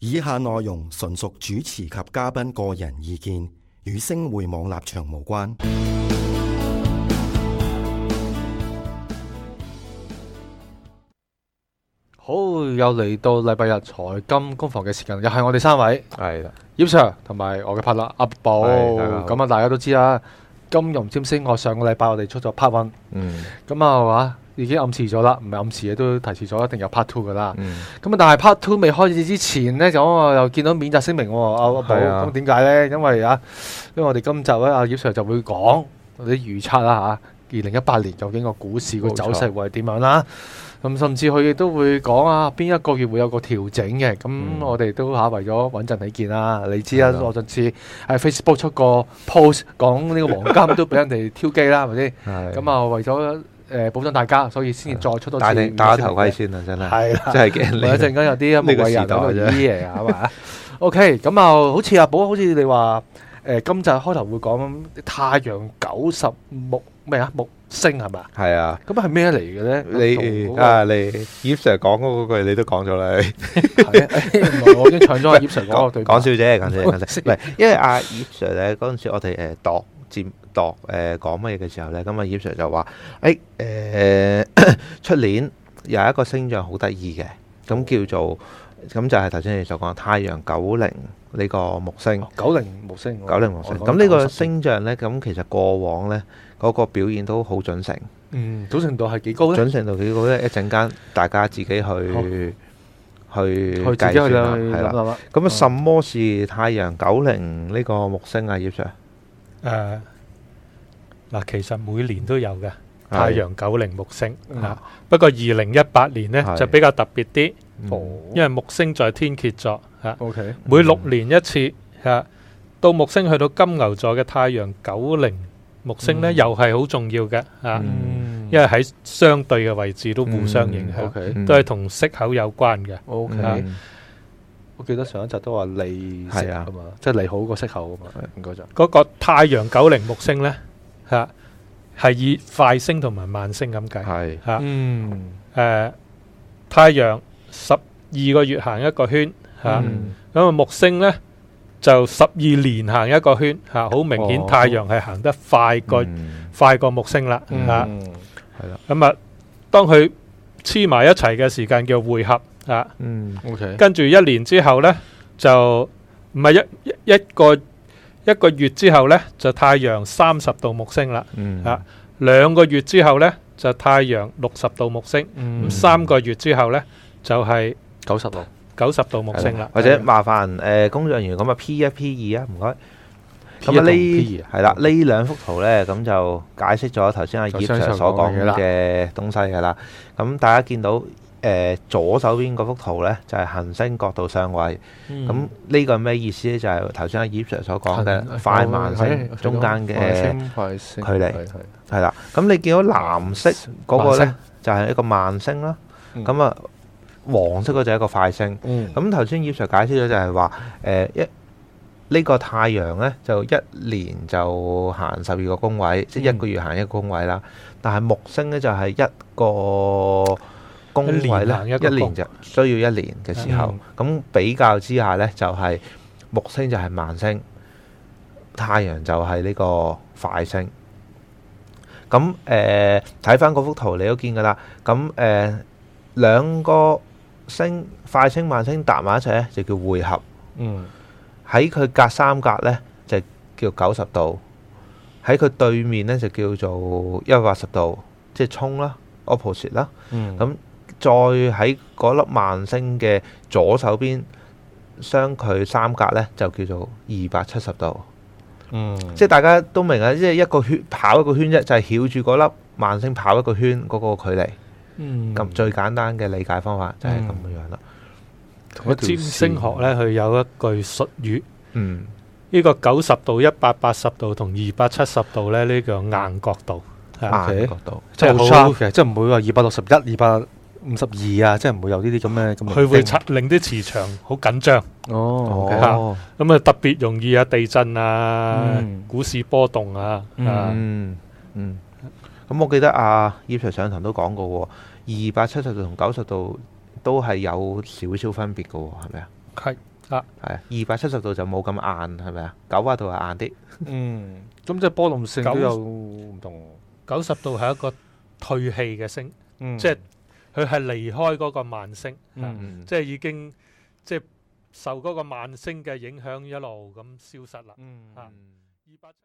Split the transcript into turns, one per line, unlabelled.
以下內容純屬主持及嘉賓個人意見，與星匯網立場無關。
好，又嚟到禮拜日財金工房嘅時間，又係我哋三位
係啦，
葉 Sir 同埋我嘅拍檔阿寶。
係大家好
咁啊，大家都知啦，金融尖星我上個禮拜我哋出咗 part one，
嗯
咁啊話已經暗示咗啦，唔係暗示嘅都提示咗，一定有 part two 噶啦。
嗯，
咁啊，但係 part two 未開始之前呢，咁我又見到免責聲明喎，阿阿寶。
係啊
咁點解呢？因為啊，因為我哋今集咧，阿葉 Sir 就會講我哋啲預測啦嚇，二零一八年究竟個股市個
冇錯
走勢會係點樣啦？咁甚至佢亦都會講啊，邊一個月會有個調整嘅。咁
嗯
我哋都嚇為咗穩陣起見啦。你知啊
係，啊
我上次喺 Facebook 出個 post 講呢個黃金都俾人哋挑機啦，係咪先？
係
咁，啊，為咗誒保障大家，所以先至再出多次
戴定戴
預測
咗頭盔先啦，真係，
係啦。
真係驚
咪一陣
你，
間有啲無
呢個
謂人喺
時代
度
啫
咦嘢啊係嘛 ？OK，咁啊，好似阿寶，好似你話誒，今集開頭會講太陽九十木咩啊木星係嘛？
係啊。
咁係咩嚟嘅咧？
你
同嗰個
啊，你葉 Sir 講嗰句你都講咗啦，
係啊哎唔係我已經搶咗阿葉 Sir 嗰個對白
講笑啫，講笑講笑。唔係，因為阿葉 Sir 咧嗰陣時，我哋誒度節度誒講乜嘢嘅時候咧，咁啊葉 Sir 就話：誒誒 出年有一個星象好得意嘅，咁叫做咁就係頭先你所講太陽九零呢個木星。
九零木星，
九零模式。
我
咁呢個
90
星象呢，咁其實過往呢嗰、個表現都好準成，
嗯組成度係幾高咧？
準成到幾高呢？一陣間大家自己去去
去
去
自己
計
去
算
啦，
啦，
諗
係啦。
諗啦。
咁
嗯
啊，什麼是太陽九零呢個木星啊？葉 Sir，
誒嗱，其實每年都有嘅太陽九零木星
嗯
啊，不過二零一八年呢
係
就比較特別啲，
嗯
因為木星在天蝎座嚇，
OK，
每六年一次嚇。到木星去到金牛座嘅太陽九零木星呢，
嗯
又係好重要嘅嚇，
嗯
因為喺相對嘅位置都互相影響，
OK
嗯
都係同息口有關嘅。
OK，
嗯
我記得上一集都話利息
係啊
啊嘛，即係利好個息口啊嘛，唔該就
嗰個太陽九零木星呢，嚇係以快星同埋慢星咁計。
係
嚇
嗯
誒呃太陽十二個月行一個圈嚇，
嗯
咁啊木星呢，就十二年行一個圈嚇，好明顯
哦
太陽係行得快過
嗯
快過木星啦
嗯
嚇，
嗯
係啦，
咁啊當佢黐埋一齊嘅時間叫匯合嚇，
嗯
OK。
跟住一年之後呢，就唔係一一一個一個月之後呢，就太陽三十度木星啦，
嗯
啊兩個月之後呢，就太陽六十度木星，咁
嗯
三個月之後呢，就係、
九十六，
九十度木
係
星啦，
或者麻煩誒工作人員咁啊 P 一 P 二啊，唔該。咁啊呢係啦，呢兩幅圖咧咁就解釋咗頭先阿葉
頭先
Sir 所
所講
講
嘅嘢啦
嘅東西㗎啦。咁大家見到誒、呃左手邊嗰幅圖咧，就係、恒星角度上位。咁呢、個係咩意思咧？就係頭先阿葉 Sir 所講嘅快慢星中間嘅距離係啦。咁你見到藍色嗰個
慢
咧
星
就係一個慢星啦。
嗯
咁啊、黃色嗰就係一個快星。
嗯
咁頭先葉 Sir 解釋咗就係話，誒、一呢、個太陽咧就一年就行十二個宮位，即係一個月行一個宮位啦。但係木星咧就係、一個宮位咧，一年就
一年行一個宮嗯
需要一年嘅時候。咁、比較之下咧，就係、木星就係慢星，太陽就係呢個快星。咁誒睇翻嗰幅圖，你都見噶啦。咁誒兩個星快星慢星搭埋一齊咧，就叫匯合。
嗯
喺佢隔三格咧，就叫九十度；喺佢對面咧，就叫做一百八十度，即係衝啦，opposite 啦。
嗯
咁再喺嗰粒慢星嘅左手邊相距三格咧，就叫做二百七十度。
嗯
即係大家都明啊，即係一個圈跑一個圈啫，就係繞住嗰粒慢星跑一個圈嗰個距離。
嗯
咁最簡單嘅理解方法就係咁樣啦。
同一條
占星學咧，佢有一句術語，
嗯，
呢、個九十度、一百八十度同二百七十度咧，呢、個硬角度。啊
嗯，OK
眼角度。
即係好
即係
sharp
好
嘅，即係唔會話二百六十一、二百五十二啊，即係唔會有呢啲咁嘅咁嘅。
佢會拆令啲磁場好緊張，
哦，
哦，
咁啊特別容易啊地震啊、
嗯
股市波動啊，啊
嗯，嗯，咁我記得阿葉 Sir 上堂都講過喎，二百七十度同九十度都係有少少分別嘅喎，係咪啊？
係啊
係二百七十度就冇咁硬，係咪啊？九啊度係硬啲，
嗯，咁即係波動性
九
都有唔同，
九十度係一個退氣嘅星，
嗯，
即係佢係離開嗰個慢星，啊
嗯
嗯，
即係已經即係受嗰個慢星嘅影響一路咁消失啦。
嗯
啊二百七